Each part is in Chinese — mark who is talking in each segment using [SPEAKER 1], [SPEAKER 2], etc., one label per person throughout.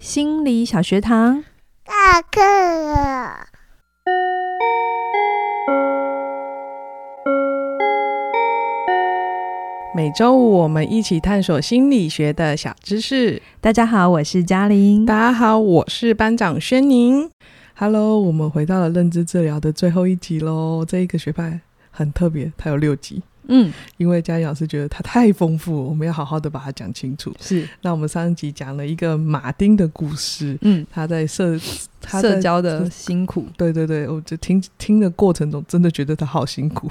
[SPEAKER 1] 心理小学堂。
[SPEAKER 2] 下课了，
[SPEAKER 3] 每周五我们一起探索心理学的小知识。
[SPEAKER 1] 大家好，我是嘉玲。
[SPEAKER 3] 大家好，我是班长轩宁。Hello，我们回到了认知治疗的最后一集喽。这一个学派很特别，它有六集，
[SPEAKER 1] 嗯，
[SPEAKER 3] 因为嘉玲老师觉得它太丰富，我们要好好的把它讲清楚。
[SPEAKER 1] 是，
[SPEAKER 3] 那我们上一集讲了一个马丁的故事，
[SPEAKER 1] 嗯，
[SPEAKER 3] 他在社他在
[SPEAKER 1] 社交的辛苦，
[SPEAKER 3] 对对对，我就听听的过程中，真的觉得他好辛苦，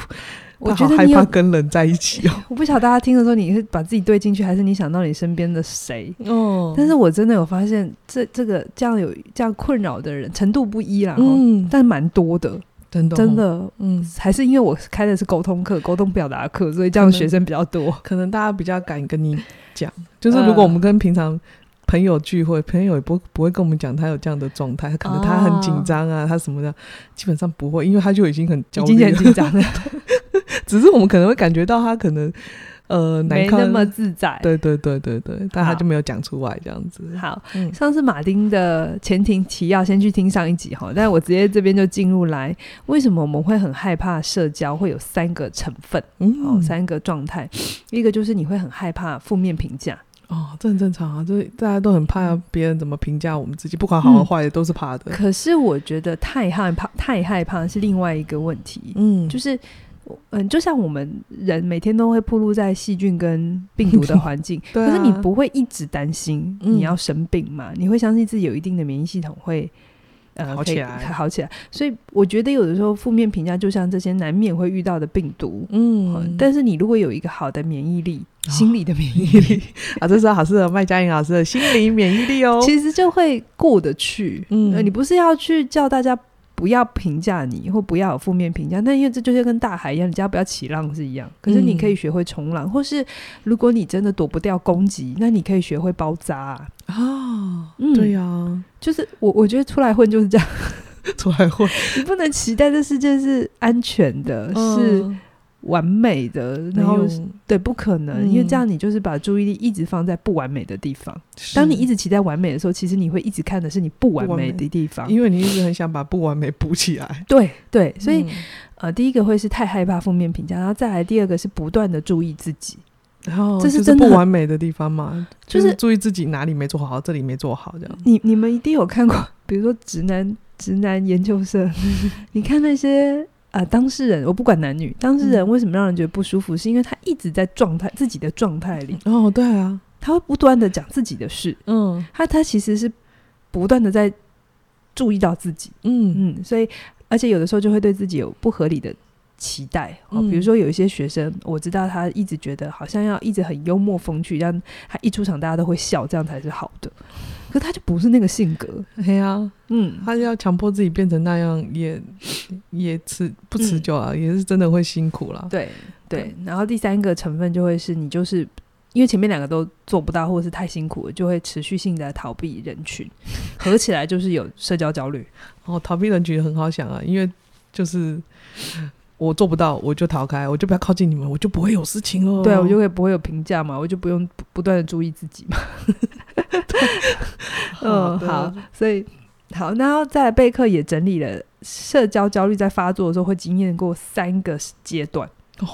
[SPEAKER 1] 我
[SPEAKER 3] 他
[SPEAKER 1] 觉
[SPEAKER 3] 好
[SPEAKER 1] 得
[SPEAKER 3] 害
[SPEAKER 1] 你
[SPEAKER 3] 怕
[SPEAKER 1] 有，
[SPEAKER 3] 跟人在一起 哦。
[SPEAKER 1] 我不晓得大家听的时候，你会把自己对进去，还是你想到你身边的谁？
[SPEAKER 3] 哦
[SPEAKER 1] 但是我真的有发现，这这个这样有这样困扰的人程度不一啦，嗯，
[SPEAKER 3] 嗯，
[SPEAKER 1] 但蛮多的，
[SPEAKER 3] 真的
[SPEAKER 1] 真
[SPEAKER 3] 哦，
[SPEAKER 1] 的。
[SPEAKER 3] 嗯，
[SPEAKER 1] 还是因为我开的是沟通课、沟通表达课，所以这样
[SPEAKER 3] 可能
[SPEAKER 1] 学生比较多。
[SPEAKER 3] 可能大家比较敢跟你讲， 就是如果我们跟平常朋友聚会，朋友也不不会跟我们讲他有这样的状态，可能他很紧张啊，他什么的，基本上不会，因为他就已经很
[SPEAKER 1] 已
[SPEAKER 3] 焦
[SPEAKER 1] 经
[SPEAKER 3] 虑
[SPEAKER 1] 很
[SPEAKER 3] 了，
[SPEAKER 1] 紧张了，
[SPEAKER 3] 只是我们可能会感觉到他可能呃难
[SPEAKER 1] 没
[SPEAKER 3] 看
[SPEAKER 1] 那么自在。
[SPEAKER 3] 对对对对对，但他
[SPEAKER 1] 好
[SPEAKER 3] 就没有讲出来这样子。
[SPEAKER 1] 好，
[SPEAKER 3] 嗯
[SPEAKER 1] 上次马丁的前庭提要先去听上一集哈，但我直接这边就进入来，为什么我们会很害怕社交？会有三个成分哦，
[SPEAKER 3] 嗯，
[SPEAKER 1] 三个状态，一个就是你会很害怕负面评价，
[SPEAKER 3] 哦，这很正常啊，这大家都很怕别人怎么评价我们自己，不管好和坏的都是怕的。
[SPEAKER 1] 可是我觉得太害怕，太害怕是另外一个问题，
[SPEAKER 3] 嗯，
[SPEAKER 1] 就是是。嗯，就像我们人每天都会暴露在细菌跟病毒的环境，
[SPEAKER 3] 对啊
[SPEAKER 1] 可是你不会一直担心
[SPEAKER 3] 嗯
[SPEAKER 1] 你要生病嘛？你会相信自己有一定的免疫系统会呃
[SPEAKER 3] 好
[SPEAKER 1] 可以
[SPEAKER 3] 起来
[SPEAKER 1] 好起来。所以我觉得有的时候负面评价就像这些难免会遇到的病毒，呃
[SPEAKER 3] 嗯，哦
[SPEAKER 1] 但是你如果有一个好的免疫力，心理的免疫
[SPEAKER 3] 免疫
[SPEAKER 1] 力，
[SPEAKER 3] 力啊，这是好适合麦嘉颖老师的心理免疫力哦。
[SPEAKER 1] 其实就会过得去。
[SPEAKER 3] 嗯
[SPEAKER 1] 呃你不是要去叫大家。不要评价你，或不要有负面评价。但因为这就是跟大海一样，你只要不要起浪是一样。可是你
[SPEAKER 3] 嗯
[SPEAKER 1] 可以学会冲浪，或是如果你真的躲不掉攻击，那你可以学会包扎、啊。
[SPEAKER 3] 啊，
[SPEAKER 1] 嗯
[SPEAKER 3] 对呀、
[SPEAKER 1] 就是我，我觉得出来混就是这样，
[SPEAKER 3] 出来混
[SPEAKER 1] 你不能期待这世界是安全的、呃是
[SPEAKER 3] 是，
[SPEAKER 1] 完美的，然
[SPEAKER 3] 然后
[SPEAKER 1] 后对，不可能，因为这样你就是把注意力一直放在不完美的地方。当你一
[SPEAKER 3] 直
[SPEAKER 1] 直期待完美的时候，其实你会一直看的是你不完
[SPEAKER 3] 不完
[SPEAKER 1] 美
[SPEAKER 3] 美
[SPEAKER 1] 的地方。
[SPEAKER 3] 因为你一直很想把不完美补起来，
[SPEAKER 1] 对对，所以、
[SPEAKER 3] 嗯
[SPEAKER 1] 呃，第一个会是太害怕负面评价，然后再来第二个是不断的注意自己，
[SPEAKER 3] 然后
[SPEAKER 1] 这是
[SPEAKER 3] 就
[SPEAKER 1] 真的
[SPEAKER 3] 不
[SPEAKER 1] 很
[SPEAKER 3] 完美的地方嘛，
[SPEAKER 1] 就
[SPEAKER 3] 就是是注意自己哪里没做好，这里没做好这样。
[SPEAKER 1] 你你们一定有看过， 比如说直男直男研究 社，你看那些呃当事人，我不管男女，当事人
[SPEAKER 3] 嗯
[SPEAKER 1] 为什么让人觉得不舒服，是因为他一直在状态自己的状态里，
[SPEAKER 3] 哦，对啊，
[SPEAKER 1] 他会不断的讲自己的事，
[SPEAKER 3] 嗯
[SPEAKER 1] 他他其实是不断的在注意到自己，
[SPEAKER 3] 嗯
[SPEAKER 1] 嗯，所以而且有的时候就会对自己有不合理的。期待哦，
[SPEAKER 3] 嗯
[SPEAKER 1] 比如说有一些学生，我知道他一直觉得好像要一直很幽默风趣，让他一出场大家都会笑，这样才是好的。可他就不是那个性格，
[SPEAKER 3] 嘿啊，
[SPEAKER 1] 嗯，
[SPEAKER 3] 他要强迫自己变成那样，也也持不持久啊，也是真的会辛苦啦。
[SPEAKER 1] 对对
[SPEAKER 3] 对，
[SPEAKER 1] 然后第三个成分就会是你就是因为前面两个都做不到，或者是太辛苦了，就会持续性的逃避人群，合起来就是有社交焦虑。
[SPEAKER 3] 哦，逃避人群很好想啊，因为就是我做不到，我就逃开，我就不要靠近你们，我就不会有事情哦。
[SPEAKER 1] 对啊，我就会不会有评价嘛，我就不用不不断的注意自己 嘛。嗯，
[SPEAKER 3] 的
[SPEAKER 1] 好，所以好，然后再来备课也整理了。社交焦虑在发作的时候会经验过三个阶段，
[SPEAKER 3] 哦，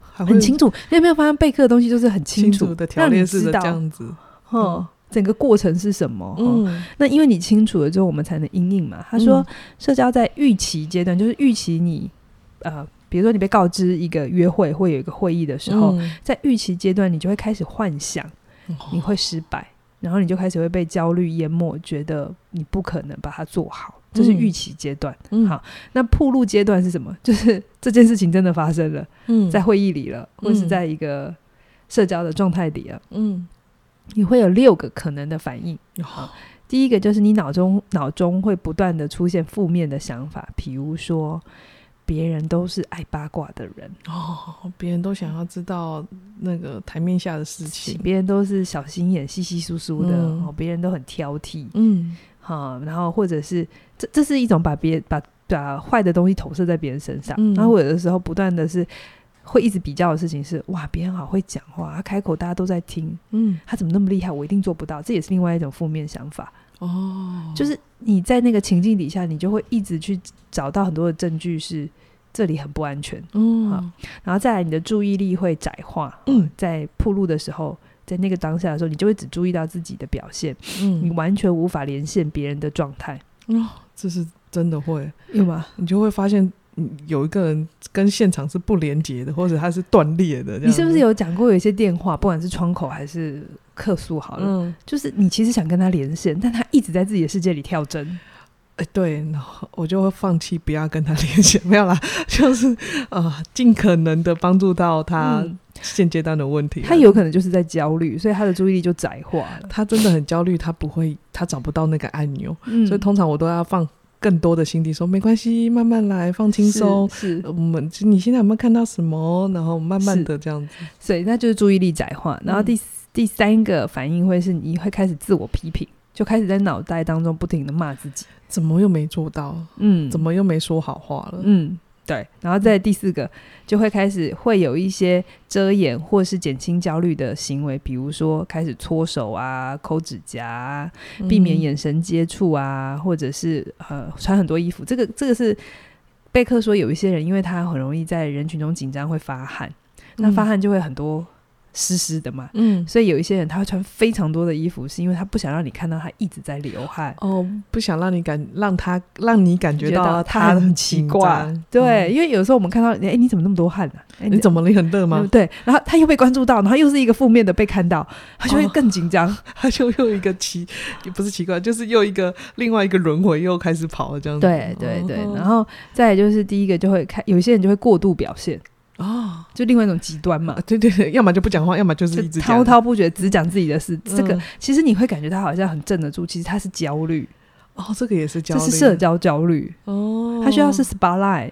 [SPEAKER 3] 还
[SPEAKER 1] 很
[SPEAKER 3] 会
[SPEAKER 1] 清楚。你有没有发现备课的东西就是很
[SPEAKER 3] 清
[SPEAKER 1] 清楚
[SPEAKER 3] 楚的条列式的这，
[SPEAKER 1] 让你知
[SPEAKER 3] 样子。
[SPEAKER 1] 道哦，整个过程是什么？哦
[SPEAKER 3] 嗯，
[SPEAKER 1] 那因为你清楚了之后，我们才能应应嘛。他说
[SPEAKER 3] 嗯，
[SPEAKER 1] 社交在预期阶段，就是预期你呃，比如说你被告知一个约会或有一个会议的时候，
[SPEAKER 3] 嗯
[SPEAKER 1] 在预期阶段，你就会开始幻想嗯
[SPEAKER 3] 哦
[SPEAKER 1] 你会失败，然后你就开始会被焦虑淹没，觉得你不可能把它做好。这是
[SPEAKER 3] 嗯
[SPEAKER 1] 预期阶段。
[SPEAKER 3] 嗯
[SPEAKER 1] 好那铺路阶段是什么？ 就是这件事情真的发生了，
[SPEAKER 3] 嗯
[SPEAKER 1] 在会议里了，或是
[SPEAKER 3] 嗯
[SPEAKER 1] 在一个社交的状态里了，
[SPEAKER 3] 嗯，
[SPEAKER 1] 你会有六个可能的反应。
[SPEAKER 3] 哦
[SPEAKER 1] 第一个就是你脑中脑中会不断的出现负面的想法，比如说别人都是爱八卦的人，
[SPEAKER 3] 哦，别人都想要知道那个台面下的事情。
[SPEAKER 1] 别人都是小心眼、稀稀疏疏的，
[SPEAKER 3] 嗯
[SPEAKER 1] 哦，别人都很挑剔，
[SPEAKER 3] 嗯，
[SPEAKER 1] 哈、然后或者是这这是一种把别把把坏的东西投射在别人身上，
[SPEAKER 3] 嗯
[SPEAKER 1] 然后我有的时候不断的是。会一直比较的事情是，哇，别人好会啊讲话，他开口大家都在听，
[SPEAKER 3] 嗯
[SPEAKER 1] 他怎么那么厉害？我一定做不到，这也是另外一种负面想法。
[SPEAKER 3] 哦，
[SPEAKER 1] 就是你在那个情境底下，你就会一直去找到很多的证据是这里很不安全，
[SPEAKER 3] 嗯
[SPEAKER 1] 然后再来你的注意力会窄化，哦
[SPEAKER 3] 嗯
[SPEAKER 1] 在铺路的时候。在那个当下的时候，你就会只注意到自己的表现，你
[SPEAKER 3] 嗯，
[SPEAKER 1] 完全无法连线别人的状态，
[SPEAKER 3] 哦，这是真的会，
[SPEAKER 1] 有吗？
[SPEAKER 3] 你就会发现嗯有一个人跟现场是不连接的，或者他是断裂的。这样
[SPEAKER 1] 你是不是
[SPEAKER 3] 子？
[SPEAKER 1] 有讲过有一些电话，不管是窗口还是客诉好了，
[SPEAKER 3] 嗯，
[SPEAKER 1] 就是你其实想跟他连线，但他一直在自己的世界里跳 针。
[SPEAKER 3] 哎、对，然后我就会放弃，不要跟他联系， 没有啦，就是呃，尽可能的帮助到他
[SPEAKER 1] 嗯
[SPEAKER 3] 现阶啊段的问题啊、
[SPEAKER 1] 他有可能就是在焦虑，所以他的注意力就窄化了。
[SPEAKER 3] 他真的很焦虑，他不会，他找不到那个按钮，
[SPEAKER 1] 嗯
[SPEAKER 3] 所以通常我都要放更多的心底说，没关系，慢慢来，放轻松。
[SPEAKER 1] 是，是
[SPEAKER 3] 我们你现在有没有看到什么？然后慢慢的这样子，
[SPEAKER 1] 所以那就是注意力窄化。然后第、第三个反应会是你会开始自我批评，就开始在脑袋当中不停的骂自己。
[SPEAKER 3] 怎么又没做到？
[SPEAKER 1] 嗯，
[SPEAKER 3] 怎
[SPEAKER 1] 么？
[SPEAKER 3] 么又没说好话了？
[SPEAKER 1] 嗯，对。然后再第四个就会开始会有一些遮掩或是减轻焦虑的行为，比如说开始搓手啊、抠指甲啊、避免
[SPEAKER 3] 嗯
[SPEAKER 1] 眼神接触啊，或者是呃穿很多衣服。这个这个是贝克说有一些人，因为他很容易在人群中紧张会发汗，那发汗就会很多湿湿的嘛。
[SPEAKER 3] 嗯，嗯，
[SPEAKER 1] 所以有一些人他会穿非常多的衣服，是因为他不想让你看到他一直在流汗，
[SPEAKER 3] 哦，不想让你感让他让你感觉 到
[SPEAKER 1] 他
[SPEAKER 3] 很
[SPEAKER 1] 很奇
[SPEAKER 3] 紧
[SPEAKER 1] 怪
[SPEAKER 3] 张。
[SPEAKER 1] 对，，因为有时候我们看到，哎、你怎么那么多汗呢、哎，
[SPEAKER 3] 嗯你怎么了你很热
[SPEAKER 1] 对
[SPEAKER 3] 吗
[SPEAKER 1] 不？对？然后他又被关注到，然后又是一个负面的被看到，他就会
[SPEAKER 3] 哦
[SPEAKER 1] 更紧张。
[SPEAKER 3] 他就又一个奇，也不是奇怪，就是又一个另外一个轮回又开始跑了这样子。
[SPEAKER 1] 对对对，
[SPEAKER 3] 哦
[SPEAKER 1] 然后再来就是第一个就会看，有些人就会过度表现，
[SPEAKER 3] 哦，
[SPEAKER 1] 就另外一种极端嘛
[SPEAKER 3] 啊，对对对，要么就不讲话，要么就是
[SPEAKER 1] 就
[SPEAKER 3] 一直
[SPEAKER 1] 滔
[SPEAKER 3] 讲
[SPEAKER 1] 滔不绝，只讲自己的事。这个
[SPEAKER 3] 嗯
[SPEAKER 1] 其实你会感觉他好像很镇得住，其实他是焦虑，
[SPEAKER 3] 哦，这个也是焦
[SPEAKER 1] 这
[SPEAKER 3] 虑，
[SPEAKER 1] 是社交焦虑，
[SPEAKER 3] 哦，
[SPEAKER 1] 他需要是 spotlight。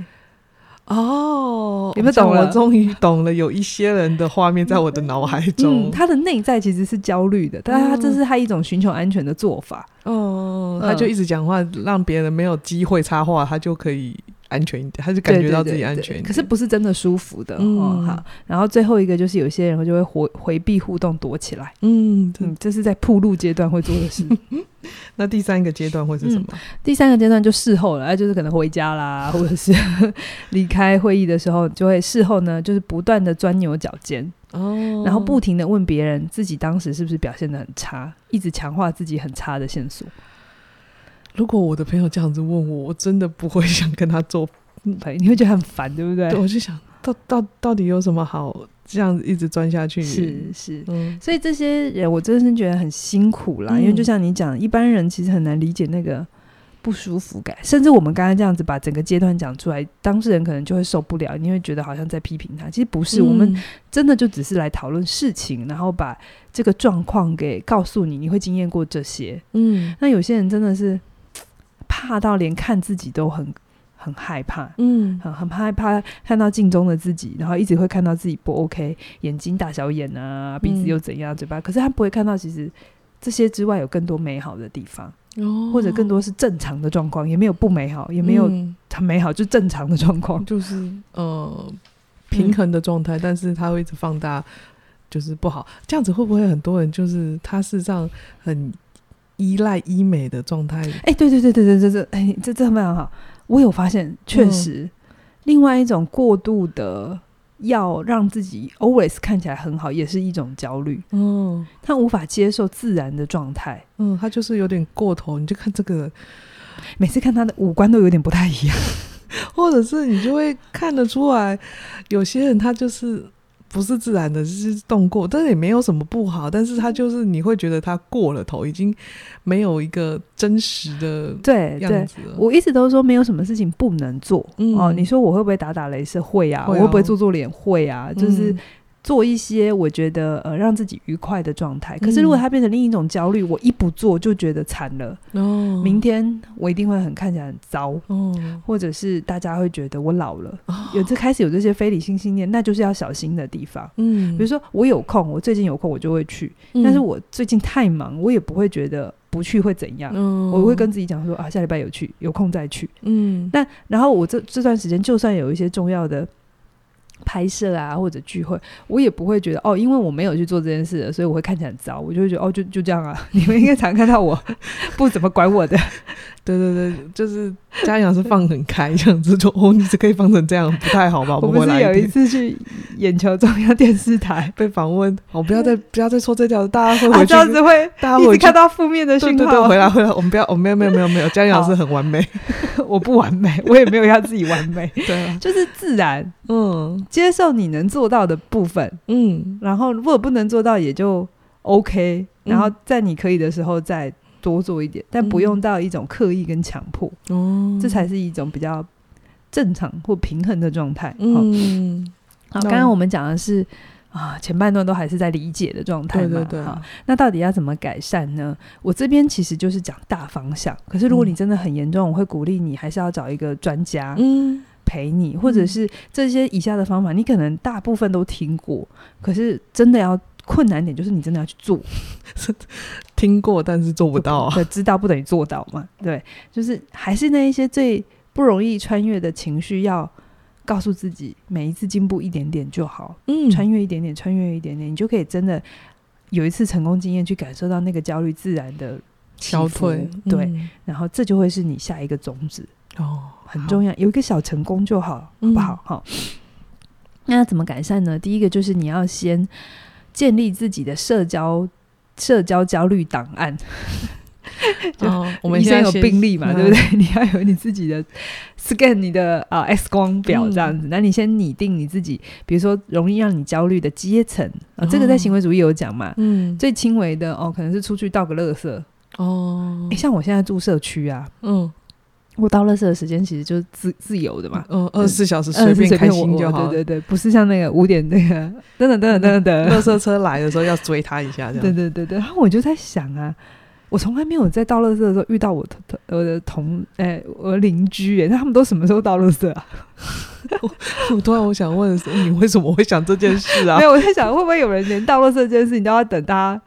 [SPEAKER 3] 哦，
[SPEAKER 1] 你们懂
[SPEAKER 3] 这样
[SPEAKER 1] 了
[SPEAKER 3] 我终于懂了，有一些人的画面在我的脑海中。嗯
[SPEAKER 1] 嗯，他的内在其实是焦虑的，但是他这是他一种寻求安全的做法。
[SPEAKER 3] 哦，
[SPEAKER 1] 嗯
[SPEAKER 3] 他就一直讲话，让别人没有机会插话，他就可以安全一点，他就感觉到自己安全一
[SPEAKER 1] 对对
[SPEAKER 3] 点。
[SPEAKER 1] 对可是不是真的舒服的、
[SPEAKER 3] 嗯
[SPEAKER 1] 哦。好，然后最后一个就是有些人就会回回避互动，躲起来。
[SPEAKER 3] 嗯，真
[SPEAKER 1] 嗯，这是在铺路阶段会做的 事。
[SPEAKER 3] 那第三个阶段会是什么？
[SPEAKER 1] 第三个阶段就事后了，哎就是可能回家 啦，或者是 离开会议的时候，就会事后呢，就是不断的钻牛角尖，
[SPEAKER 3] 哦
[SPEAKER 1] 然后不停的问别人自己当时是不是表现的很差，一直强化自己很差的线索。
[SPEAKER 3] 如果我的朋友这样子问我，我真的不会想跟他做。
[SPEAKER 1] 对，哎你会觉得很烦，对不对？
[SPEAKER 3] 对，我就想到到到底有什么好这样子一直钻下去？
[SPEAKER 1] 是，是。
[SPEAKER 3] 嗯，
[SPEAKER 1] 所以这些人，我真是觉得很辛苦啦，
[SPEAKER 3] 嗯
[SPEAKER 1] 因为就像你讲，一般人其实很难理解那个不舒服感，甚至我们刚刚这样子把整个阶段讲出来，当事人可能就会受不了，你会觉得好像在批评他，其实不是，
[SPEAKER 3] 嗯
[SPEAKER 1] 我们真的就只是来讨论事情，然后把这个状况给告诉你，你会经验过这些。
[SPEAKER 3] 嗯
[SPEAKER 1] 那有些人真的是怕到连看自己都很很害怕，
[SPEAKER 3] 嗯
[SPEAKER 1] 很很害怕看到镜中的自己，然后一直会看到自己不 OK，眼睛大小眼啊，鼻子又
[SPEAKER 3] 嗯
[SPEAKER 1] 怎样，嘴巴，可是他不会看到其实这些之外有更多美好的地方，
[SPEAKER 3] 哦
[SPEAKER 1] 或者更多是正常的状况，也没有不美好，也没有
[SPEAKER 3] 嗯
[SPEAKER 1] 很美好，就正常的状况。
[SPEAKER 3] 就是呃
[SPEAKER 1] 嗯
[SPEAKER 3] 平衡的状态，但是他会一直放大，就是不好。这样子会不会很多人就是他事实上很依赖医美的状态？
[SPEAKER 1] 哎、对对对对对对对，哎、这这非常好，我有发现，确
[SPEAKER 3] 嗯
[SPEAKER 1] 实，另外一种过度的。要让自己 always 看起来很好，也是一种焦虑。
[SPEAKER 3] 嗯
[SPEAKER 1] 他无法接受自然的状态，
[SPEAKER 3] 嗯，他就是有点过头，你就看这个人。
[SPEAKER 1] 每次看他的五官都有点不太一样。
[SPEAKER 3] 或者是你就会看得出来，有些人他就是不是自然的，是动过，但是也没有什么不好，但是他就是你会觉得他过了头，已经没有一个真实的
[SPEAKER 1] 对对
[SPEAKER 3] 样，子了。
[SPEAKER 1] 我一直都说没有什么事情不能做、
[SPEAKER 3] 嗯
[SPEAKER 1] 哦。你说我会不会打打雷是会啊，
[SPEAKER 3] 会啊
[SPEAKER 1] 我会不会做做脸会啊，就是
[SPEAKER 3] 嗯
[SPEAKER 1] 做一些我觉得呃让自己愉快的状
[SPEAKER 3] 嗯
[SPEAKER 1] 态。可是如果它变成另一种焦虑，我一不做就觉得惨了，
[SPEAKER 3] 哦，
[SPEAKER 1] 明天我一定会很看起来很糟，
[SPEAKER 3] 哦
[SPEAKER 1] 或者是大家会觉得我老了，
[SPEAKER 3] 哦
[SPEAKER 1] 有这开始有这些非理性信念，那就是要小心的地方。
[SPEAKER 3] 嗯，
[SPEAKER 1] 比如说我有空，我最近有空我就会去，
[SPEAKER 3] 嗯，
[SPEAKER 1] 但是我最近太忙，我也不会觉得不去会怎样。
[SPEAKER 3] 嗯
[SPEAKER 1] 我会跟自己讲说啊，下礼拜有去，有空再去。
[SPEAKER 3] 嗯
[SPEAKER 1] 那然后我这这段时间，就算有一些重要的拍摄啊或者聚会，我也不会觉得哦，因为我没有去做这件事了，所以我会看起来很糟，我就会觉得哦，就就这样啊。 你们应该常看到我不怎么管我的，
[SPEAKER 3] 对对对，就是家养是放很开，这样子就哦，你只可以放成这样，不太好吧？
[SPEAKER 1] 我
[SPEAKER 3] 们
[SPEAKER 1] 不
[SPEAKER 3] 回
[SPEAKER 1] 是
[SPEAKER 3] 来
[SPEAKER 1] 有一
[SPEAKER 3] 点
[SPEAKER 1] 次去眼球中央电视 台，
[SPEAKER 3] 被访问，哦，不要再不要再说这条，大家会
[SPEAKER 1] 啊，
[SPEAKER 3] 回去。
[SPEAKER 1] 这样子会
[SPEAKER 3] 大家
[SPEAKER 1] 一
[SPEAKER 3] 回
[SPEAKER 1] 直
[SPEAKER 3] 去
[SPEAKER 1] 看到负面的
[SPEAKER 3] 对
[SPEAKER 1] 讯
[SPEAKER 3] 对对，
[SPEAKER 1] 号。
[SPEAKER 3] 回 来回来，我们不要，我、没有没有没有没有，家养
[SPEAKER 1] 好
[SPEAKER 3] 是很完美，
[SPEAKER 1] 我不完美， 我也没有要自己完美，
[SPEAKER 3] 对啊，
[SPEAKER 1] 就是自然
[SPEAKER 3] 嗯
[SPEAKER 1] 接受你能做到的部分，
[SPEAKER 3] 嗯，
[SPEAKER 1] 然后如果不能做到也就 OK，然后在你可以的时候再多做一点，但不用到一种刻意跟强迫，
[SPEAKER 3] 哦，
[SPEAKER 1] 这才是一种比较正常或平衡的状态。好，
[SPEAKER 3] 嗯，
[SPEAKER 1] 好，
[SPEAKER 3] 那
[SPEAKER 1] 刚刚我们讲的是。啊，前半段都还是在理解的状态
[SPEAKER 3] 对
[SPEAKER 1] 嘛，
[SPEAKER 3] 对对，
[SPEAKER 1] 好，那到底要怎么改善呢？我这边其实就是讲大方向，可是如果你
[SPEAKER 3] 嗯
[SPEAKER 1] 真的很严重，我会鼓励你还是要找一个专家
[SPEAKER 3] 嗯
[SPEAKER 1] 陪你，或者是这些以下的方法，你可能大部分都听过，可是真的要困难点就是你真的要去做，
[SPEAKER 3] 听过，但是做不到啊，
[SPEAKER 1] 对，知道不等于做到嘛，
[SPEAKER 3] 嗯
[SPEAKER 1] 对，就是还是那一些最不容易穿越的情绪要。告诉自己，每一次进步一点点就好，
[SPEAKER 3] 嗯
[SPEAKER 1] 穿越一点点，穿越一点点，你就可以真的有一次成功经验，去感受到那个焦虑自然的
[SPEAKER 3] 消
[SPEAKER 1] 起伏
[SPEAKER 3] 退，
[SPEAKER 1] 对，
[SPEAKER 3] 嗯
[SPEAKER 1] 然后这就会是你下一个种子，
[SPEAKER 3] 哦，
[SPEAKER 1] 很
[SPEAKER 3] 好
[SPEAKER 1] 重要，有一个小成功就好，好
[SPEAKER 3] 嗯
[SPEAKER 1] 不好？好、那要怎么改善呢？第一个就是你要先建立自己的社交社交焦虑档案。就
[SPEAKER 3] 哦，我们
[SPEAKER 1] 医
[SPEAKER 3] 现
[SPEAKER 1] 生
[SPEAKER 3] 在
[SPEAKER 1] 有
[SPEAKER 3] 先
[SPEAKER 1] 病历嘛，
[SPEAKER 3] 嗯
[SPEAKER 1] 对不对？ 你要有你自己的 scan 你的啊、X 光表这
[SPEAKER 3] 嗯
[SPEAKER 1] 样子。那、你先拟定你自己，比如说容易让你焦虑的阶层啊，这个在
[SPEAKER 3] 哦
[SPEAKER 1] 行为主义有讲嘛。
[SPEAKER 3] 嗯，
[SPEAKER 1] 最轻微的哦，可能是出去倒个垃圾。诶
[SPEAKER 3] 哦，
[SPEAKER 1] 像我现在住社区啊，
[SPEAKER 3] 嗯
[SPEAKER 1] 我倒垃圾的时间其实就是自自由的嘛。
[SPEAKER 3] 嗯，二十四小时
[SPEAKER 1] 嗯
[SPEAKER 3] 随便
[SPEAKER 1] 随
[SPEAKER 3] 开
[SPEAKER 1] 我
[SPEAKER 3] 心
[SPEAKER 1] 我
[SPEAKER 3] 就好了啊
[SPEAKER 1] 对。对对，不是像那个五点那个等等等 等等
[SPEAKER 3] 垃
[SPEAKER 1] 等，
[SPEAKER 3] 圾车来的时候要追他一下，这
[SPEAKER 1] 对
[SPEAKER 3] 样。
[SPEAKER 1] 对对对。然后我就在想啊，我从来没有在倒垃圾的时候遇到我同同我的同哎、我的邻居哎、那他们都什么时候倒垃圾啊？
[SPEAKER 3] 我突然我想问的是，你为什么会想这件事啊
[SPEAKER 1] 没？有，我在想会不会有人连倒垃圾这件事情都要等他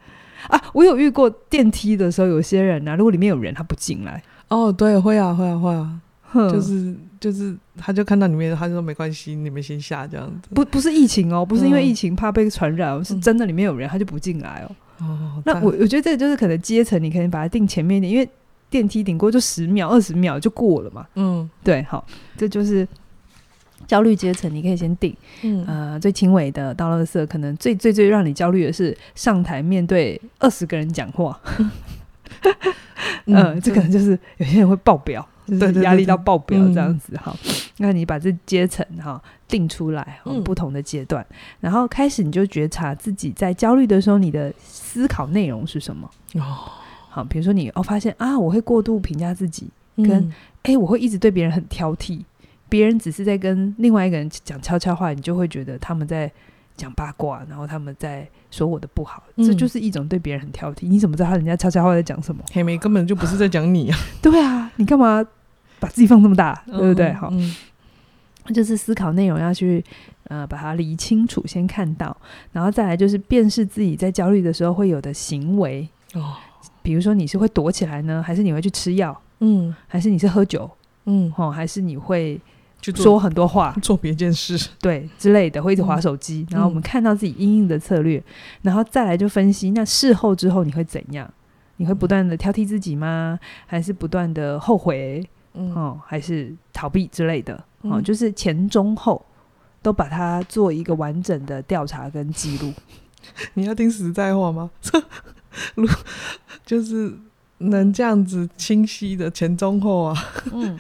[SPEAKER 1] 啊？我有遇过电梯的时候，有些人啊，如果里面有人他不进来，
[SPEAKER 3] 哦，对，会啊，会啊，会啊，
[SPEAKER 1] 哼
[SPEAKER 3] 就是就是，他就看到里面，他就说没关系，你们先下这样子。
[SPEAKER 1] 不不是疫情哦，不是因为
[SPEAKER 3] 嗯
[SPEAKER 1] 疫情怕被传染哦，是真的里面有人他就不进来哦。
[SPEAKER 3] 哦，
[SPEAKER 1] 那
[SPEAKER 3] 赞
[SPEAKER 1] 我我觉得这个就是可能阶层，你可以把它定前面一点，因为电梯顶多就十秒、二十秒就过了嘛。
[SPEAKER 3] 嗯
[SPEAKER 1] 对，好，这就是焦虑阶层，你可以先定。
[SPEAKER 3] 嗯
[SPEAKER 1] 呃，最轻微的到垃圾，可能最最最让你焦虑的是上台面对二十个人讲话，呃，这可能就是有些人会爆表。就
[SPEAKER 3] 嗯对对
[SPEAKER 1] 是
[SPEAKER 3] 对
[SPEAKER 1] 压力到爆表
[SPEAKER 3] 嗯
[SPEAKER 1] 这样子哈，那你把这阶层哈定出来，哈
[SPEAKER 3] 嗯
[SPEAKER 1] 不同的阶段，然后开始你就觉察自己在焦虑的时候，你的思考内容是什么。
[SPEAKER 3] 哦，
[SPEAKER 1] 好，比如说你哦发现啊，我会过度评价自己，
[SPEAKER 3] 嗯
[SPEAKER 1] 跟诶，我会一直对别人很挑剔，别人只是在跟另外一个人讲悄悄话，你就会觉得他们在讲八卦，然后他们在说我的不好，这
[SPEAKER 3] 嗯
[SPEAKER 1] 就是一种对别人很挑剔。你怎么知道他人家悄悄话在讲什么？
[SPEAKER 3] 黑莓根本就不是在讲你啊，
[SPEAKER 1] 对啊，你干嘛把自己放这么大，对不对？
[SPEAKER 3] 嗯
[SPEAKER 1] 好，
[SPEAKER 3] 嗯
[SPEAKER 1] 就是思考内容要去呃把它理清楚，先看到，然后再来就是辨识自己在焦虑的时候会有的行为，
[SPEAKER 3] 哦，
[SPEAKER 1] 比如说你是会躲起来呢，还是你会去吃药？
[SPEAKER 3] 嗯
[SPEAKER 1] 还是你是喝酒，
[SPEAKER 3] 嗯，
[SPEAKER 1] 哦，还是你会
[SPEAKER 3] 去做嗯
[SPEAKER 1] 说很多话，
[SPEAKER 3] 做别件事，
[SPEAKER 1] 对之类的，会一直划手机。
[SPEAKER 3] 嗯
[SPEAKER 1] 然后我们看到自己阴影的策略，然后再来就分析，那事后之后你会怎样？你会不断的挑剔自己吗？还是不断的后悔？
[SPEAKER 3] 嗯
[SPEAKER 1] 哦，还是逃避之类的？哦，
[SPEAKER 3] 嗯
[SPEAKER 1] 就是前中后都把它做一个完整的调查跟记录。
[SPEAKER 3] 你要听实在话吗？ 这如就是能这样子清晰的前中后啊，
[SPEAKER 1] 嗯，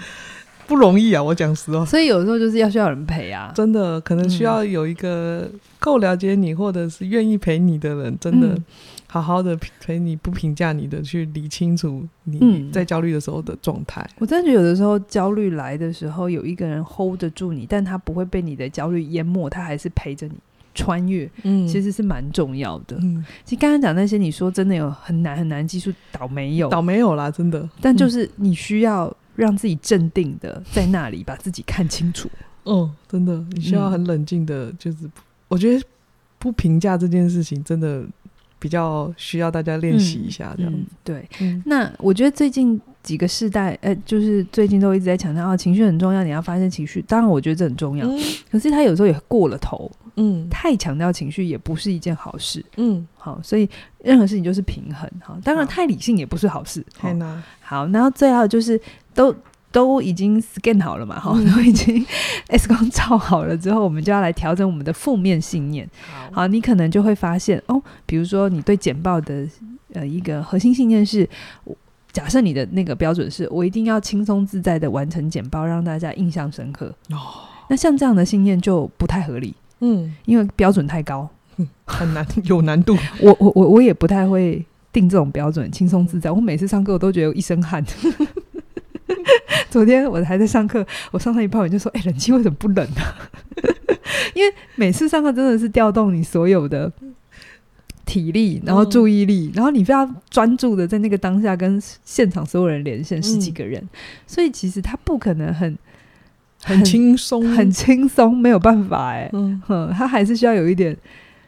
[SPEAKER 3] 不容易啊！我讲实话，
[SPEAKER 1] 哦所以有时候就是要需要有人陪啊。
[SPEAKER 3] 真的可能需要有一个够了解你，或者是愿意陪你的人，真的
[SPEAKER 1] 嗯
[SPEAKER 3] 好好的陪你，不评价你的，去理清楚你
[SPEAKER 1] 嗯
[SPEAKER 3] 在焦虑的时候的状态。
[SPEAKER 1] 我真的觉得有的时候焦虑来的时候，有一个人 hold 得住你，但他不会被你的焦虑淹没，他还是陪着你穿越，
[SPEAKER 3] 嗯
[SPEAKER 1] 其实是蛮重要的。
[SPEAKER 3] 嗯，
[SPEAKER 1] 其实刚刚讲那些，你说真的有很难很难技术倒没有，
[SPEAKER 3] 倒嗯没有啦，真的。
[SPEAKER 1] 但就是你需要让自己镇定的在那里把自己看清楚。
[SPEAKER 3] 嗯，真的，你需要
[SPEAKER 1] 哦嗯
[SPEAKER 3] 很冷静的，就是我觉得不评价这件事情真的比较需要大家练习一下，这样
[SPEAKER 1] 嗯
[SPEAKER 3] 子。，
[SPEAKER 1] 对。
[SPEAKER 3] 嗯
[SPEAKER 1] 那我觉得最近几个世代，呃，就是最近都一直在强调啊，情绪很重要，你要发现情绪。当然，我觉得这很重要，
[SPEAKER 3] 嗯
[SPEAKER 1] 可是他有时候也过了头，
[SPEAKER 3] 嗯
[SPEAKER 1] 太强调情绪也不是一件好事。
[SPEAKER 3] 嗯，
[SPEAKER 1] 好，所以任何事情就是平衡。好，当然
[SPEAKER 3] 好
[SPEAKER 1] 太理性也不是好事。好
[SPEAKER 3] 太嗯难，
[SPEAKER 1] 好，然后最后就是都都已经 scan 好了嘛，哈、都已经 X 光照好了之后，我们就要来调整我们的负面信念。
[SPEAKER 3] 好，
[SPEAKER 1] 好，你可能就会发现哦，比如说你对简报的呃一个核心信念是，我假设你的那个标准是我一定要轻松自在的完成简报，让大家印象深刻。
[SPEAKER 3] 哦，
[SPEAKER 1] 那像这样的信念就不太合理，
[SPEAKER 3] 嗯，
[SPEAKER 1] 因为标准太高。
[SPEAKER 3] 很难，有难度，
[SPEAKER 1] 我我我我也不太会定这种标准，轻松自在。我每次上课我都觉得我一身汗。 昨天我还在上课，我上到一半我就说：“哎、冷气为什么不冷啊？” 因为每次上课真的是调动你所有的体力，然后
[SPEAKER 3] 嗯
[SPEAKER 1] 注意力，然后你非常专注的在那个当下跟现场所有人连线，十几
[SPEAKER 3] 嗯
[SPEAKER 1] 个人，所以其实他不可能很
[SPEAKER 3] 很轻松，
[SPEAKER 1] 很轻松，没有办法哎、
[SPEAKER 3] 嗯，
[SPEAKER 1] 哼，他还是需要有一点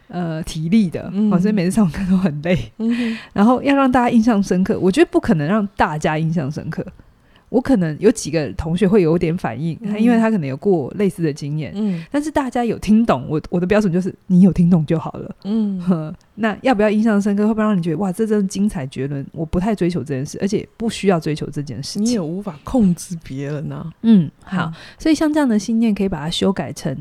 [SPEAKER 1] 呃体力的，
[SPEAKER 3] 嗯
[SPEAKER 1] 好，所以每次上课都很累。
[SPEAKER 3] 嗯
[SPEAKER 1] 然后要让大家印象深刻，我觉得不可能让大家印象深刻。我可能有几个同学会有点反应，他因为
[SPEAKER 3] 嗯
[SPEAKER 1] 他可能有过类似的经验，
[SPEAKER 3] 嗯
[SPEAKER 1] 但是大家有听懂。我我的标准就是你有听懂就好了。
[SPEAKER 3] 嗯
[SPEAKER 1] 呵， 那要不要印象深刻？会不会让你觉得哇，这真的精彩绝伦？我不太追求这件事，而且不需要追求这件事
[SPEAKER 3] 你也
[SPEAKER 1] 情。
[SPEAKER 3] 无法控制别人啊呐，
[SPEAKER 1] 嗯，好，所以像这样的信念可以把它修改成，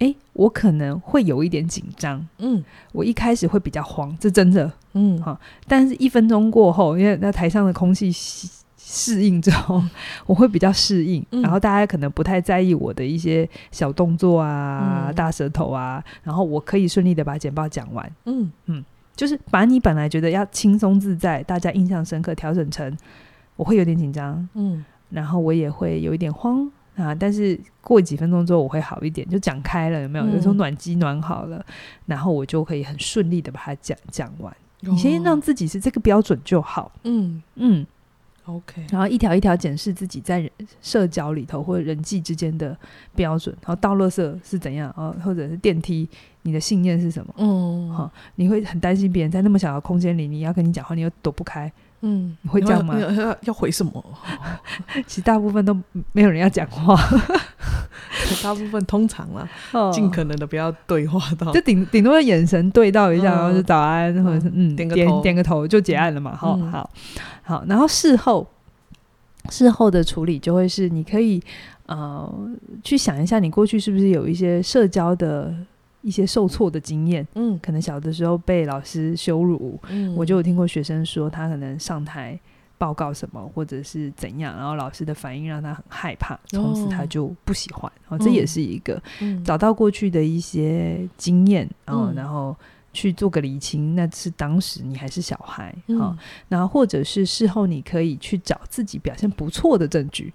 [SPEAKER 1] 诶，我可能会有一点紧张，
[SPEAKER 3] 嗯
[SPEAKER 1] 我一开始会比较慌，这真的。
[SPEAKER 3] 嗯，
[SPEAKER 1] 好但是一分钟过后，因为那台上的空气吸适应之后， 我会比较适应，
[SPEAKER 3] 嗯
[SPEAKER 1] 然后大家可能不太在意我的一些小动作啊、
[SPEAKER 3] 嗯
[SPEAKER 1] 大舌头啊，然后我可以顺利的把简报讲完，
[SPEAKER 3] 嗯
[SPEAKER 1] 就是把你本来觉得要轻松自在、大家印象深刻，调整成我会有点紧张，
[SPEAKER 3] 嗯
[SPEAKER 1] 然后我也会有一点慌。啊！但是过几分钟之后我会好一点，就讲开了，有没有？
[SPEAKER 3] 嗯
[SPEAKER 1] 有时候暖机暖好了，然后我就可以很顺利的把它讲讲完。
[SPEAKER 3] 嗯，
[SPEAKER 1] 你先让自己是这个标准就好。
[SPEAKER 3] 嗯
[SPEAKER 1] 哦嗯，
[SPEAKER 3] ，OK，
[SPEAKER 1] 然后一条一条检视自己在人社交里头或者人际之间的标准，然后倒垃圾是怎样啊、哦，或者是电梯，你的信念是什么？
[SPEAKER 3] 嗯，
[SPEAKER 1] 好你会很担心别人在那么小的空间里，你要跟你讲话，你又躲不开。
[SPEAKER 3] 嗯，
[SPEAKER 1] 你会这样吗
[SPEAKER 3] 要要要回什么？
[SPEAKER 1] 其实大部分都没有人要讲 话，
[SPEAKER 3] 大部分通常啦，
[SPEAKER 1] 哦
[SPEAKER 3] 尽可能的不要对话到
[SPEAKER 1] 就顶顶多眼神对到一下，
[SPEAKER 3] 嗯
[SPEAKER 1] 然后就早安，或者是嗯
[SPEAKER 3] 点个头
[SPEAKER 1] 点点个头就结案了嘛。好、
[SPEAKER 3] 嗯
[SPEAKER 1] 好好，然后事后事后的处理就会是你可以呃去想一下，你过去是不是有一些社交的一些受挫的经验？
[SPEAKER 3] 嗯
[SPEAKER 1] 可能小的时候被老师羞辱，
[SPEAKER 3] 嗯，
[SPEAKER 1] 我就有听过学生说他可能上台。报告什么，或者是怎样，然后老师的反应让他很害怕，从此他
[SPEAKER 3] 哦
[SPEAKER 1] 就不喜欢。哦，这也
[SPEAKER 3] 嗯
[SPEAKER 1] 是一个
[SPEAKER 3] 嗯
[SPEAKER 1] 找到过去的一些经验啊、
[SPEAKER 3] 嗯
[SPEAKER 1] 然后去做个厘清，那是当时你还是小孩啊、
[SPEAKER 3] 嗯
[SPEAKER 1] 然后或者是事后你可以去找自己表现不错的证据。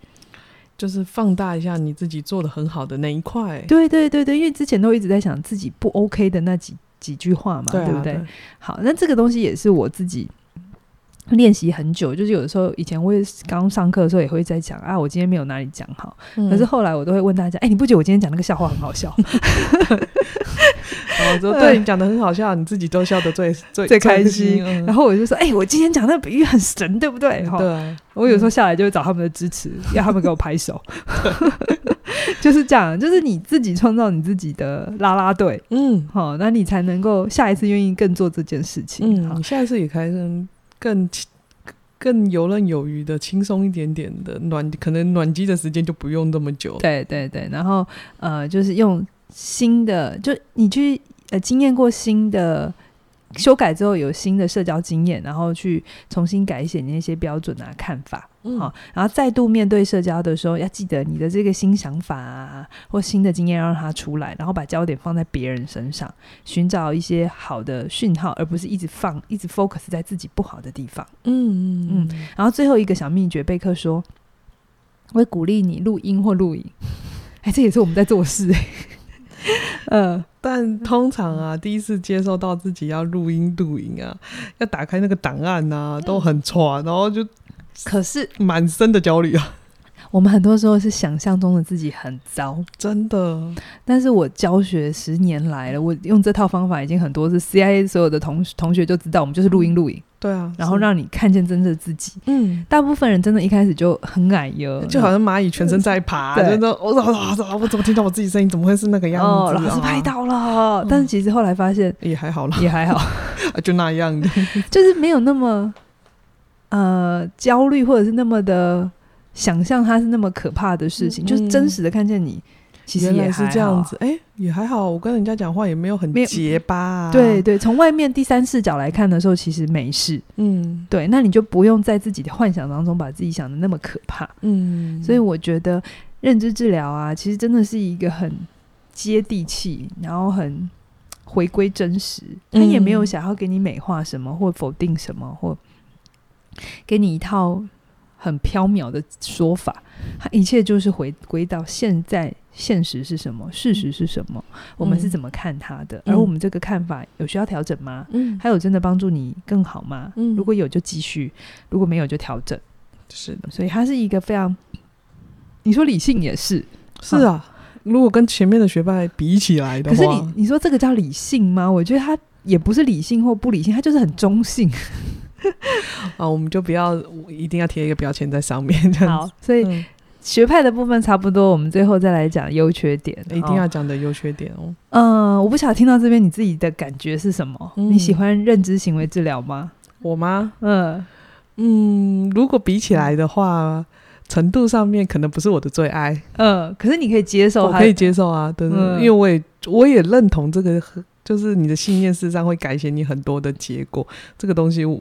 [SPEAKER 3] 就是放大一下你自己做的很好的那一块，
[SPEAKER 1] 对对对对，因为之前都一直在想自己不 OK 的那几几句话嘛，
[SPEAKER 3] 啊
[SPEAKER 1] 不对？好，那这个东西也是我自己。练习很久，就是有的时候以前我也是刚上课的时候也会在讲啊，我今天没有哪里讲好，
[SPEAKER 3] 嗯
[SPEAKER 1] 可是后来我都会问大家，哎、你不觉得我今天讲那个笑话很好笑？
[SPEAKER 3] 哦，就对你讲的很好笑，你自己都笑得最最
[SPEAKER 1] 嗯最开心
[SPEAKER 3] 嗯
[SPEAKER 1] 然后我就说，哎、我今天讲那个比喻很神，对不对？哈
[SPEAKER 3] 对啊，
[SPEAKER 1] 我有时候下来就会找他们的支持，要他们给我拍手， 就是这样，就是你自己创造你自己的啦啦队，
[SPEAKER 3] 嗯
[SPEAKER 1] 好、那你才能够下一次愿意更做这件事情。
[SPEAKER 3] 嗯，
[SPEAKER 1] 好
[SPEAKER 3] 你下一次也开更更轻更游刃有余的，轻松一点点的暖，可能暖机的时间就不用这么久。
[SPEAKER 1] 对对对，然后呃，就是用新的，就你去呃经验过新的。修改之后有新的社交经验，然后去重新改写你那些标准啊、看法。
[SPEAKER 3] 嗯
[SPEAKER 1] 好、然后再度面对社交的时候，要记得你的这个新想法啊，或新的经验要让它出来，然后把焦点放在别人身上，寻找一些好的讯号，而不是一直放一直 focus 在自己不好的地方。
[SPEAKER 3] 嗯嗯
[SPEAKER 1] 然后最后一个小秘诀，贝克说，我会鼓励你录音或录影。哎，这也是我们在做事、 哎，呃，
[SPEAKER 3] 但通常啊，第一次接受到自己要录音录影啊，要打开那个档案啊，都很喘，然后就
[SPEAKER 1] 可是
[SPEAKER 3] 满身的焦虑啊，
[SPEAKER 1] 我们很多时候是想象中的自己很糟，
[SPEAKER 3] 真的。
[SPEAKER 1] 但是我教学十年来了，我用这套方法已经很多次，CIA 所有的同同学就知道，我们就是录音录影，
[SPEAKER 3] 对啊，
[SPEAKER 1] 然后
[SPEAKER 3] 是
[SPEAKER 1] 让你看见真正的自己。
[SPEAKER 3] 嗯，
[SPEAKER 1] 大部分人真的一开始就很矮油，
[SPEAKER 3] 就好像蚂蚁全身在爬，
[SPEAKER 1] 对
[SPEAKER 3] 真的，我我我怎么听到我自己声音？怎么会是那个样子、
[SPEAKER 1] 哦
[SPEAKER 3] 啊？，
[SPEAKER 1] 老师拍到了，但是其实后来发现
[SPEAKER 3] 也还好啦，
[SPEAKER 1] 也还好，
[SPEAKER 3] 就那样的。
[SPEAKER 1] 就是没有那么呃焦虑，或者是那么的想象它是那么可怕的事情，
[SPEAKER 3] 嗯
[SPEAKER 1] 就是真实的看见你， 其实
[SPEAKER 3] 原
[SPEAKER 1] 也
[SPEAKER 3] 来是
[SPEAKER 1] 还
[SPEAKER 3] 这样
[SPEAKER 1] 好。啊
[SPEAKER 3] 子，哎、也还好。我跟人家讲话也没有很
[SPEAKER 1] 没有嗯
[SPEAKER 3] 结巴、啊，
[SPEAKER 1] 对，对，从外面第三视角来看的时候，其实没事。
[SPEAKER 3] 嗯
[SPEAKER 1] 对，那你就不用在自己的幻想当中把自己想的那么可怕。
[SPEAKER 3] 嗯，
[SPEAKER 1] 所以我觉得认知治疗啊，其实真的是一个很接地气，然后很回归真实。他也没有
[SPEAKER 3] 嗯
[SPEAKER 1] 想要给你美化什么，或否定什么，或给你一套很缥缈的说法。他一切就是回归到现在，现实是什么，事实是什么，我们是
[SPEAKER 3] 嗯
[SPEAKER 1] 怎么看他的，
[SPEAKER 3] 嗯
[SPEAKER 1] 而我们这个看法有需要调整吗？
[SPEAKER 3] 嗯，
[SPEAKER 1] 还有真的帮助你更好吗？
[SPEAKER 3] 嗯
[SPEAKER 1] 如果有就继续，如果没有就调整。
[SPEAKER 3] 是的，
[SPEAKER 1] 所以它是一个非常，你说理性也是，
[SPEAKER 3] 是啊。如果跟前面的学派比起来的
[SPEAKER 1] 可
[SPEAKER 3] 话，
[SPEAKER 1] 是你你说这个叫理性吗？我觉得它也不是理性或不理性，它就是很中性。
[SPEAKER 3] 啊，我们就不要我一定要贴一个标签在上面，这样子。
[SPEAKER 1] 好，所以
[SPEAKER 3] 嗯，
[SPEAKER 1] 学派的部分差不多，我们最后再来讲优缺点。
[SPEAKER 3] 一定要
[SPEAKER 1] 哦，
[SPEAKER 3] 讲的优缺点哦。
[SPEAKER 1] 嗯、我不晓得听到这边你自己的感觉是什么？
[SPEAKER 3] 嗯
[SPEAKER 1] 你喜欢认知行为治疗吗？
[SPEAKER 3] 我吗？
[SPEAKER 1] 嗯，
[SPEAKER 3] 嗯，如果比起来的话，程度上面可能不是我的最爱，
[SPEAKER 1] 嗯，可是你可以接受
[SPEAKER 3] 我
[SPEAKER 1] 它，
[SPEAKER 3] 可以接受啊，对对，
[SPEAKER 1] 嗯
[SPEAKER 3] 因为我也我也认同这个，就是你的信念事实上会改写你很多的结果，这个东西我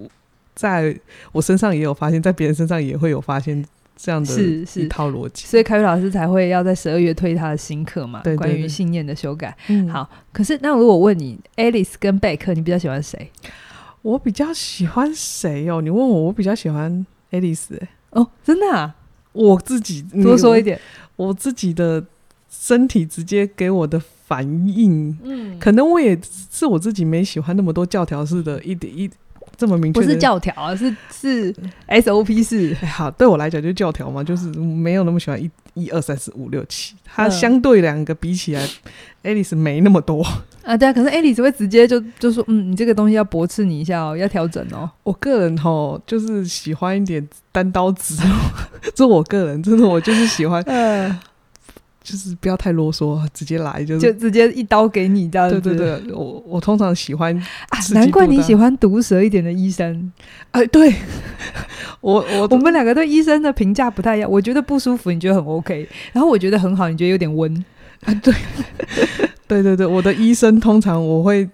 [SPEAKER 3] 在我身上也有发现，在别人身上也会有发现这样的
[SPEAKER 1] 是是
[SPEAKER 3] 一套逻辑。
[SPEAKER 1] 所以凯宇老师才会要在十二月推他的新课嘛，
[SPEAKER 3] 对对
[SPEAKER 1] 关于
[SPEAKER 3] 对
[SPEAKER 1] 信念的修改。
[SPEAKER 3] 嗯
[SPEAKER 1] 好，可是那如果问你，Alice 跟贝克，你比较喜欢谁？
[SPEAKER 3] 我比较喜欢谁哦？你问我，我比较喜欢 Alice，、欸、
[SPEAKER 1] 哦，真的啊，
[SPEAKER 3] 我自己
[SPEAKER 1] 多说一
[SPEAKER 3] 点，
[SPEAKER 1] 点。
[SPEAKER 3] 我自己的身体直接给我的反应
[SPEAKER 1] 嗯，
[SPEAKER 3] 可能我也是我自己没喜欢那么多教条式的，一点一这么明确
[SPEAKER 1] 不
[SPEAKER 3] 的。
[SPEAKER 1] 是教条啊，是是 SOP 是
[SPEAKER 3] 哎好，对我来讲就是教条嘛，就是没有那么喜欢一一二三四五六七。它
[SPEAKER 1] 嗯
[SPEAKER 3] 相对两个比起来，Alice 没那么多。
[SPEAKER 1] 啊，对啊。可是 Alice 会直接就就说，嗯，你这个东西要驳斥你一下哦，要调整哦。
[SPEAKER 3] 我个人吼，就是喜欢一点单刀直入，这我个人真的我就是喜 欢，
[SPEAKER 1] 嗯，
[SPEAKER 3] 就是不要太啰嗦，直接来就是。
[SPEAKER 1] 就直接一刀给你这样子。
[SPEAKER 3] 对对对，我我通常喜欢
[SPEAKER 1] 啊，
[SPEAKER 3] 刺激
[SPEAKER 1] 难怪
[SPEAKER 3] 度
[SPEAKER 1] 你
[SPEAKER 3] 大
[SPEAKER 1] 喜欢毒舌一点的医生。
[SPEAKER 3] 哎，对 我我
[SPEAKER 1] 啊我们两个对医生的评价不太一样，我觉得不舒服，你觉得很 OK，然后我觉得很好，你觉得有点温。
[SPEAKER 3] 对对对，我的医生通常我会，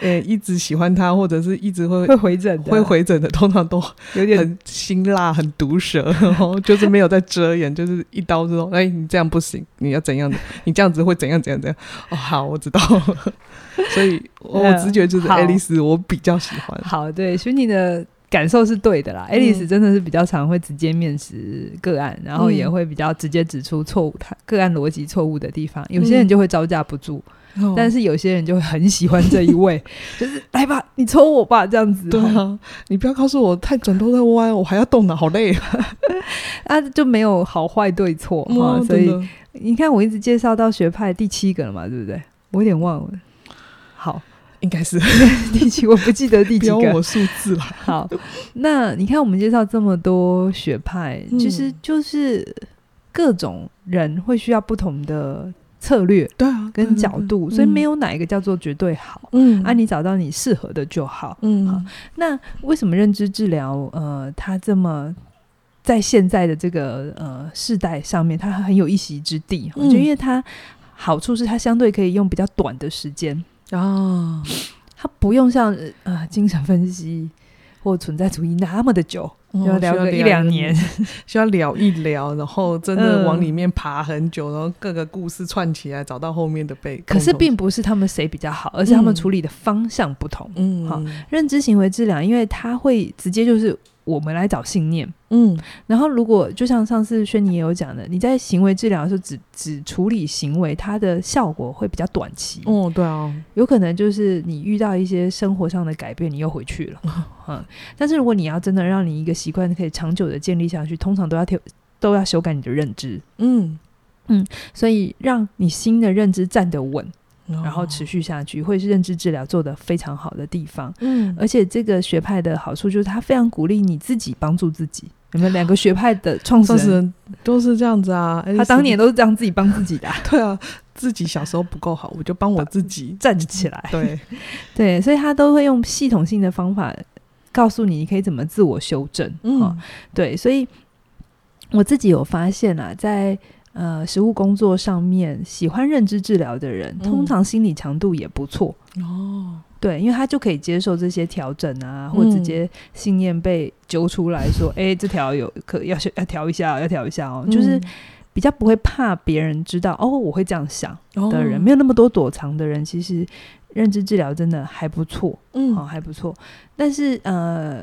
[SPEAKER 3] 呃、一直喜欢他，或者是一直会
[SPEAKER 1] 会回诊的，
[SPEAKER 3] 会回诊的，通常都
[SPEAKER 1] 有点
[SPEAKER 3] 很辛辣、很毒舌， 然后就是没有在遮掩，就是一刀之后，哎、你这样不行，你要怎样的？你这样子会怎样怎样怎样？哦，好，我知道。 所以我，我
[SPEAKER 1] 嗯
[SPEAKER 3] 直觉就是
[SPEAKER 1] 好
[SPEAKER 3] 爱丽丝，我比较喜欢。
[SPEAKER 1] 好。对，所以你的感受是对的啦。
[SPEAKER 3] 嗯
[SPEAKER 1] Alice 真的是比较常会直接面试个案，然后
[SPEAKER 3] 嗯
[SPEAKER 1] 也会比较直接指出错误，他个案逻辑错误的地方。有些人
[SPEAKER 3] 嗯
[SPEAKER 1] 就会招架不住，
[SPEAKER 3] 哦
[SPEAKER 1] 但是有些人就会很喜欢这一 位，就是来吧，你抽我吧，这样子。
[SPEAKER 3] 对啊，你不要告诉我太转头太弯，我还要动脑，好 累啊！
[SPEAKER 1] 啊，就没有好坏对错哈、
[SPEAKER 3] 哦
[SPEAKER 1] 所以
[SPEAKER 3] 真的
[SPEAKER 1] 你看，我一直介绍到学派第七个了嘛，对不对？我有点忘了。 好，
[SPEAKER 3] 应该是
[SPEAKER 1] 第七我不记得第
[SPEAKER 3] 不
[SPEAKER 1] 几
[SPEAKER 3] 要问
[SPEAKER 1] 个
[SPEAKER 3] 我。数字了。
[SPEAKER 1] 好，那你看我们介绍这么多学派，
[SPEAKER 3] 嗯
[SPEAKER 1] 其实就是各种人会需要不同的策略
[SPEAKER 3] 对啊，
[SPEAKER 1] 跟
[SPEAKER 3] 对
[SPEAKER 1] 角度，所以没。
[SPEAKER 3] 对对
[SPEAKER 1] 有哪一个叫做绝对好。
[SPEAKER 3] 嗯，
[SPEAKER 1] 啊，你找到你适合的就好。好
[SPEAKER 3] 嗯，
[SPEAKER 1] 那为什么认知治疗，呃，它这么在现在的这个呃世代上面，它很有一席之地？我觉得，
[SPEAKER 3] 嗯
[SPEAKER 1] 因为它好处是它相对可以用比较短的时间，
[SPEAKER 3] 啊，
[SPEAKER 1] 它不用像呃呃精神分析或存在主义那么的久，
[SPEAKER 3] 就
[SPEAKER 1] 就聊个一两年，，
[SPEAKER 3] 需要聊一聊，然后真的
[SPEAKER 1] 嗯
[SPEAKER 3] 往里面爬很久，然后各个故事串起来，找到后面的背。
[SPEAKER 1] 可是
[SPEAKER 3] 共同
[SPEAKER 1] 并不是他们谁比较好，而是他们
[SPEAKER 3] 嗯
[SPEAKER 1] 处理的方向不同。
[SPEAKER 3] 嗯
[SPEAKER 1] 好认知行为治疗，因为它会直接就是我们来找信念。
[SPEAKER 3] 嗯
[SPEAKER 1] 然后，如果就像上次轩尼也有讲的，你在行为治疗的时候只只处理行为，它的效果会比较短期，
[SPEAKER 3] 哦对啊，
[SPEAKER 1] 有可能就是你遇到一些生活上的改变，你又回去了。嗯，但是如果你要真的让你一个习惯可以长久的建立下去，通常都要调都要修改你的认知，
[SPEAKER 3] 嗯
[SPEAKER 1] 所以让你新的认知站得稳，然
[SPEAKER 3] 哦
[SPEAKER 1] 后持续下去，会是认知治疗做得非常好的地方。
[SPEAKER 3] 嗯，
[SPEAKER 1] 而且这个学派的好处就是，它非常鼓励你自己帮助自己。有没有两个学派的创始
[SPEAKER 3] 创始
[SPEAKER 1] 人？
[SPEAKER 3] 人都是这样子啊。
[SPEAKER 1] 他当年
[SPEAKER 3] 都
[SPEAKER 1] 都是这样自己帮自己 的啊、
[SPEAKER 3] 对啊，自己小时候不够好，我就帮我自己。
[SPEAKER 1] 站起来。
[SPEAKER 3] 对，
[SPEAKER 1] 对，所以他都会用系统性的方法告诉你，你可以怎么自我修正。
[SPEAKER 3] 嗯，
[SPEAKER 1] 哦对，所以我自己有发现啊，在呃实务工作上面，喜欢认知治疗的人，通
[SPEAKER 3] 嗯
[SPEAKER 1] 常心理强度也不错。
[SPEAKER 3] 哦，
[SPEAKER 1] 对，因为他就可以接受这些调整啊，或直
[SPEAKER 3] 嗯
[SPEAKER 1] 接信念被揪出来说，哎、这条有可要修要调一下哦，要调一下
[SPEAKER 3] 嗯
[SPEAKER 1] 哦，就是比较不会怕别人知道哦，我会这样想
[SPEAKER 3] 哦
[SPEAKER 1] 的人，没有那么多躲藏的人，其实认知治疗真的还不错。
[SPEAKER 3] 嗯
[SPEAKER 1] 哦，还不错。但是呃，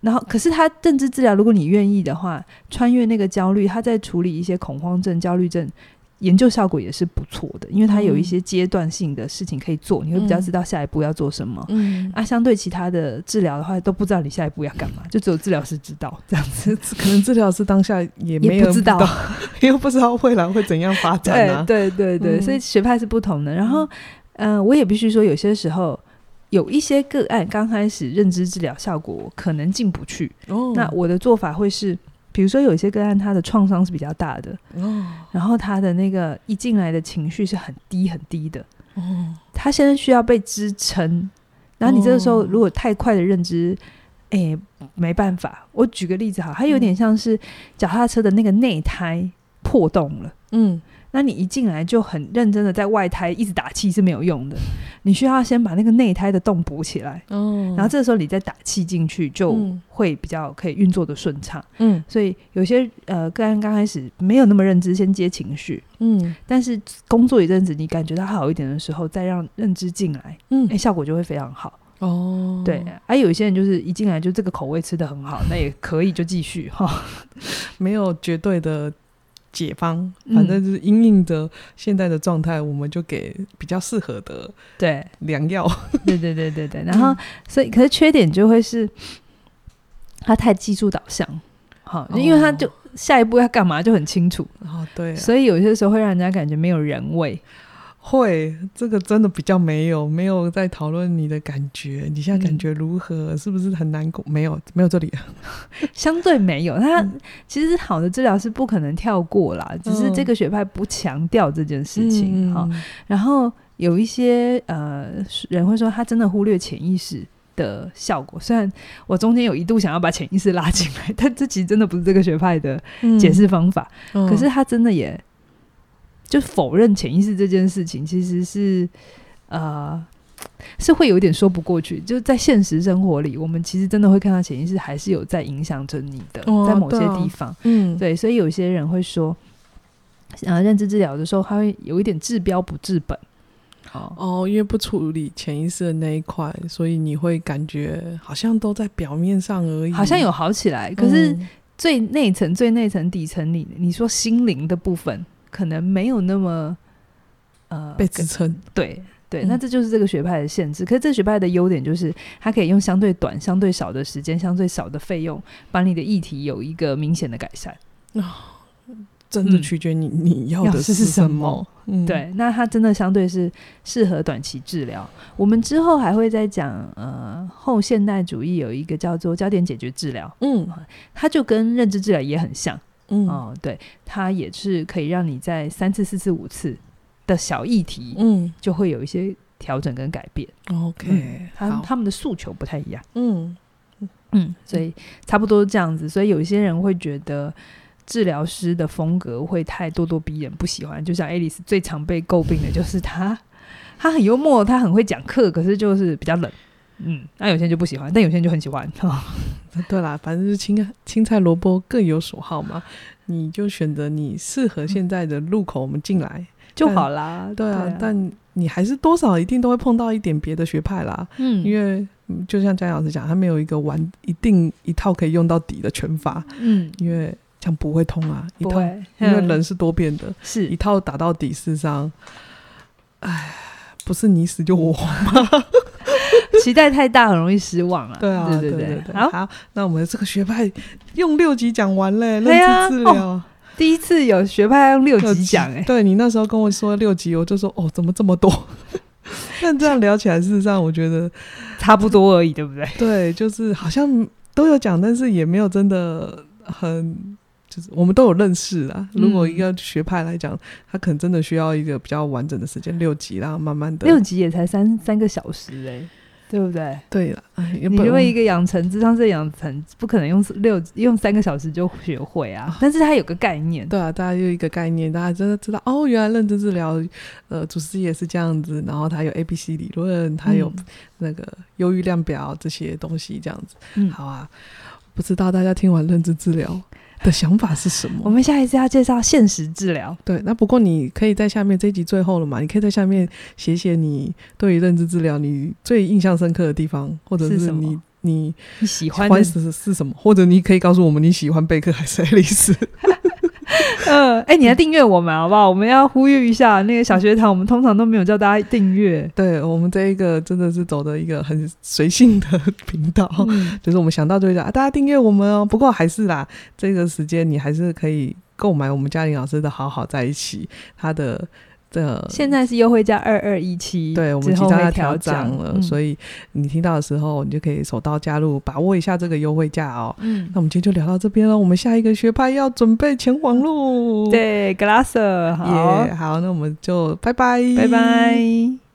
[SPEAKER 1] 然后可是他认知治疗，如果你愿意的话，穿越那个焦虑，他在处理一些恐慌症、焦虑症。研究效果也是不错的，因为它有一
[SPEAKER 3] 嗯
[SPEAKER 1] 些阶段性的事情可以做，你会比较知道下一步要做什么。
[SPEAKER 3] 嗯
[SPEAKER 1] 啊，相对其他的治疗的话，都不知道你下一步要干嘛，就只有治疗师知道这样子。
[SPEAKER 3] 可能治疗师当下也
[SPEAKER 1] 也
[SPEAKER 3] 没有
[SPEAKER 1] 不知道，
[SPEAKER 3] 因为不知道未来会怎样发展啊。
[SPEAKER 1] 对对对对，
[SPEAKER 3] 嗯
[SPEAKER 1] 所以学派是不同的。然后，嗯、我也必须说，有些时候有一些个案刚开始认知治疗效果可能进不去，
[SPEAKER 3] 哦，
[SPEAKER 1] 那我的做法会是，比如说有一些个案，他的创伤是比较大的，
[SPEAKER 3] 哦
[SPEAKER 1] 然后他的那个一进来的情绪是很低很低的，
[SPEAKER 3] 哦，
[SPEAKER 1] 他现在需要被支撑。然后你这个时候
[SPEAKER 3] 哦
[SPEAKER 1] 如果太快的认知，哎、没办法。我举个例子哈，它有
[SPEAKER 3] 嗯
[SPEAKER 1] 点像是脚踏车的那个内胎破洞了。
[SPEAKER 3] 嗯
[SPEAKER 1] 那你一进来就很认真的在外胎一直打气是没有用的，你需要先把那个内胎的洞补起来，
[SPEAKER 3] 哦，
[SPEAKER 1] 然后这个时候你再打气进去，就
[SPEAKER 3] 嗯
[SPEAKER 1] 会比较可以运作的顺畅。
[SPEAKER 3] 嗯
[SPEAKER 1] 所以有些呃个案刚开始没有那么认知，先接情绪，
[SPEAKER 3] 嗯
[SPEAKER 1] 但是工作一阵子，你感觉到好一点的时候，再让认知进来，哎、
[SPEAKER 3] 嗯
[SPEAKER 1] 效果就会非常好。
[SPEAKER 3] 哦，
[SPEAKER 1] 对，而、有一些人就是一进来就这个口味吃的很好，那也可以就继续 哈。
[SPEAKER 3] 没有绝对的解方，
[SPEAKER 1] 嗯
[SPEAKER 3] 反正就是因应着现在的状态，我们就给比较适合的
[SPEAKER 1] 对，
[SPEAKER 3] 良药。
[SPEAKER 1] 对对对对
[SPEAKER 3] 嗯
[SPEAKER 1] 对。然后，所以可是缺点就会是，他太技术导向，好、因为他就
[SPEAKER 3] 哦
[SPEAKER 1] 下一步要干嘛就很清楚，
[SPEAKER 3] 哦，对啊、
[SPEAKER 1] 所以有些时候会让人家感觉没有人味。
[SPEAKER 3] 会这个真的比较没有没有在讨论你的感觉，你现在感觉如何？是不是很难过？没有，没有这里。
[SPEAKER 1] 相对没有，他其实好的治疗是不可能跳过啦，只是这个学派不强调这件事
[SPEAKER 3] 嗯
[SPEAKER 1] 情哈、然后有一些呃人会说，他真的忽略潜意识。的效果，虽然我中间有一度想要把潜意识拉进来，但这其实真的不是这个学派的
[SPEAKER 3] 嗯
[SPEAKER 1] 解释方法。
[SPEAKER 3] 嗯
[SPEAKER 1] 可是他真的也就否认潜意识这件事情，其实是呃是会有一点说不过去。就在现实生活里，我们其实真的会看到潜意识还是有在影响着你的，
[SPEAKER 3] 哦
[SPEAKER 1] 在某些
[SPEAKER 3] 对啊
[SPEAKER 1] 地方。
[SPEAKER 3] 嗯，
[SPEAKER 1] 对，所以有些人会说，呃，认知治疗的时候，他会有一点治标不治本。哦，
[SPEAKER 3] 哦，因为不处理潜意识的那一块，所以你会感觉好像都在表面上而已，
[SPEAKER 1] 好像有好起来，可是
[SPEAKER 3] 嗯
[SPEAKER 1] 最内层、最内层、底层里，你说心灵的部分，可能没有那么呃
[SPEAKER 3] 被
[SPEAKER 1] 跟
[SPEAKER 3] 支撑。
[SPEAKER 1] 对对，
[SPEAKER 3] 嗯
[SPEAKER 1] 那这就是这个学派的限制。可是这个学派的优点就是，它可以用相对短、相对少的时间、相对少的费用，把你的议题有一个明显的改善。
[SPEAKER 3] 真的
[SPEAKER 1] 嗯
[SPEAKER 3] 取决你、你要
[SPEAKER 1] 要
[SPEAKER 3] 的
[SPEAKER 1] 是是什
[SPEAKER 3] 什
[SPEAKER 1] 么？
[SPEAKER 3] 嗯，
[SPEAKER 1] 对，那它真的相对是适合短期治疗。我们之后还会再讲，呃，后现代主义有一个叫做焦点解决治疗，
[SPEAKER 3] 嗯
[SPEAKER 1] 它就跟认知治疗也很像。
[SPEAKER 3] 嗯
[SPEAKER 1] 哦，对，它也是可以让你在三次、四次、五次的小议题，
[SPEAKER 3] 嗯
[SPEAKER 1] 就会有一些调整跟改变。
[SPEAKER 3] ，OK，
[SPEAKER 1] 他
[SPEAKER 3] 好，
[SPEAKER 1] 他们的诉求不太一样。
[SPEAKER 3] 嗯
[SPEAKER 1] 嗯，所以差不多这样子。所以有一些人会觉得治疗师的风格会太咄咄逼人，不喜欢。就像爱丽丝最常被诟病的就是她， 她很幽默，她很会讲课，可是就是比较冷。嗯，那有些人就不喜欢，但有些人就很喜欢。
[SPEAKER 3] 对啦，反正就是青青菜萝卜各有所好嘛，你就选择你适合现在的路口，我们进来。
[SPEAKER 1] 就好啦。
[SPEAKER 3] 对啊，但你还是多少一定都会碰到一点别的学派啦，
[SPEAKER 1] 嗯，
[SPEAKER 3] 因为嗯就像江老师讲，他没有一个完一定一套可以用到底的拳法，
[SPEAKER 1] 嗯
[SPEAKER 3] 因为这样不会通啊，一
[SPEAKER 1] 不
[SPEAKER 3] 套，
[SPEAKER 1] 会，
[SPEAKER 3] 因为
[SPEAKER 1] 嗯
[SPEAKER 3] 人是多变的，一
[SPEAKER 1] 是
[SPEAKER 3] 套打到底，事实上，哎，不是你死就我
[SPEAKER 1] 嗯
[SPEAKER 3] 活。
[SPEAKER 1] 期待太大，很容易失望啊。
[SPEAKER 3] 对啊，
[SPEAKER 1] 对
[SPEAKER 3] 对
[SPEAKER 1] 对
[SPEAKER 3] 对，
[SPEAKER 1] 好，
[SPEAKER 3] 好，那我们这个学派用六集讲完嘞，
[SPEAKER 1] 对啊
[SPEAKER 3] 认知治疗，
[SPEAKER 1] 第一次有学派要用六级讲哎、
[SPEAKER 3] 对你那时候跟我说六级，我就说哦，怎么这么多？ 但这样聊起来，事实上我觉得
[SPEAKER 1] 差不多而已，对不对？
[SPEAKER 3] 对，就是好像都有讲，但是也没有真的很，就是我们都有认识啊。如果一个学派来讲，他可能真的需要一个比较完整的时间，六级啦，慢慢的。
[SPEAKER 1] 六级也才三三个小时哎、对不对？
[SPEAKER 3] 对了，哎，原
[SPEAKER 1] 你
[SPEAKER 3] 本
[SPEAKER 1] 因为一
[SPEAKER 3] 个
[SPEAKER 1] 个养成，智商是养成，不可能用六用三个小时就学会啊。但是它有个概念，
[SPEAKER 3] 哦对啊，大家有一个概念，大家真的知道哦，原来认知治疗，呃，主治医也是这样子，然后他有 A B C 理论，他有
[SPEAKER 1] 嗯
[SPEAKER 3] 那个忧郁量表这些东西，这样子。
[SPEAKER 1] 嗯，
[SPEAKER 3] 好啊，不知道大家听完认知治疗的想法是什
[SPEAKER 1] 我
[SPEAKER 3] 么？
[SPEAKER 1] 们下一次要介绍现实治疗。
[SPEAKER 3] 对，那不过你可以在下面这一集最后了嘛，你可以在下面写写你对于认知治疗你最印象深刻的地方，或者
[SPEAKER 1] 是
[SPEAKER 3] 是
[SPEAKER 1] 什么
[SPEAKER 3] 你你
[SPEAKER 1] 你喜
[SPEAKER 3] 喜
[SPEAKER 1] 欢的
[SPEAKER 3] 欢是是什么，或者你可以告诉我们你喜欢贝克还是爱丽丝。
[SPEAKER 1] 嗯，哎、你来订阅我们好不好？我们要呼吁一下，那个小学堂，我们通常都没有叫大家订阅。
[SPEAKER 3] 对我们这一个真的是走的一个很随性的 频道。
[SPEAKER 1] 嗯
[SPEAKER 3] 就是我们想到就会讲啊，大家订阅我们哦。不过还是啦，这个时间你还是可以购买我们嘉玲老师的《好好在一起》，他的的
[SPEAKER 1] 现在是优惠价二二一七，
[SPEAKER 3] 对我们即
[SPEAKER 1] 之后
[SPEAKER 3] 将要
[SPEAKER 1] 会嗯
[SPEAKER 3] 调
[SPEAKER 1] 涨
[SPEAKER 3] 涨了，所
[SPEAKER 1] 以
[SPEAKER 3] 以你听到的时候，你就可以手到加入，把握一下这个优惠价哦。
[SPEAKER 1] 嗯
[SPEAKER 3] 那，我们今天就聊到这边了，我们下一个学派要准备前往喽。，
[SPEAKER 1] 对 g l a s s
[SPEAKER 3] 耶、
[SPEAKER 1] 好，
[SPEAKER 3] 好，那我们就拜拜，
[SPEAKER 1] 拜拜。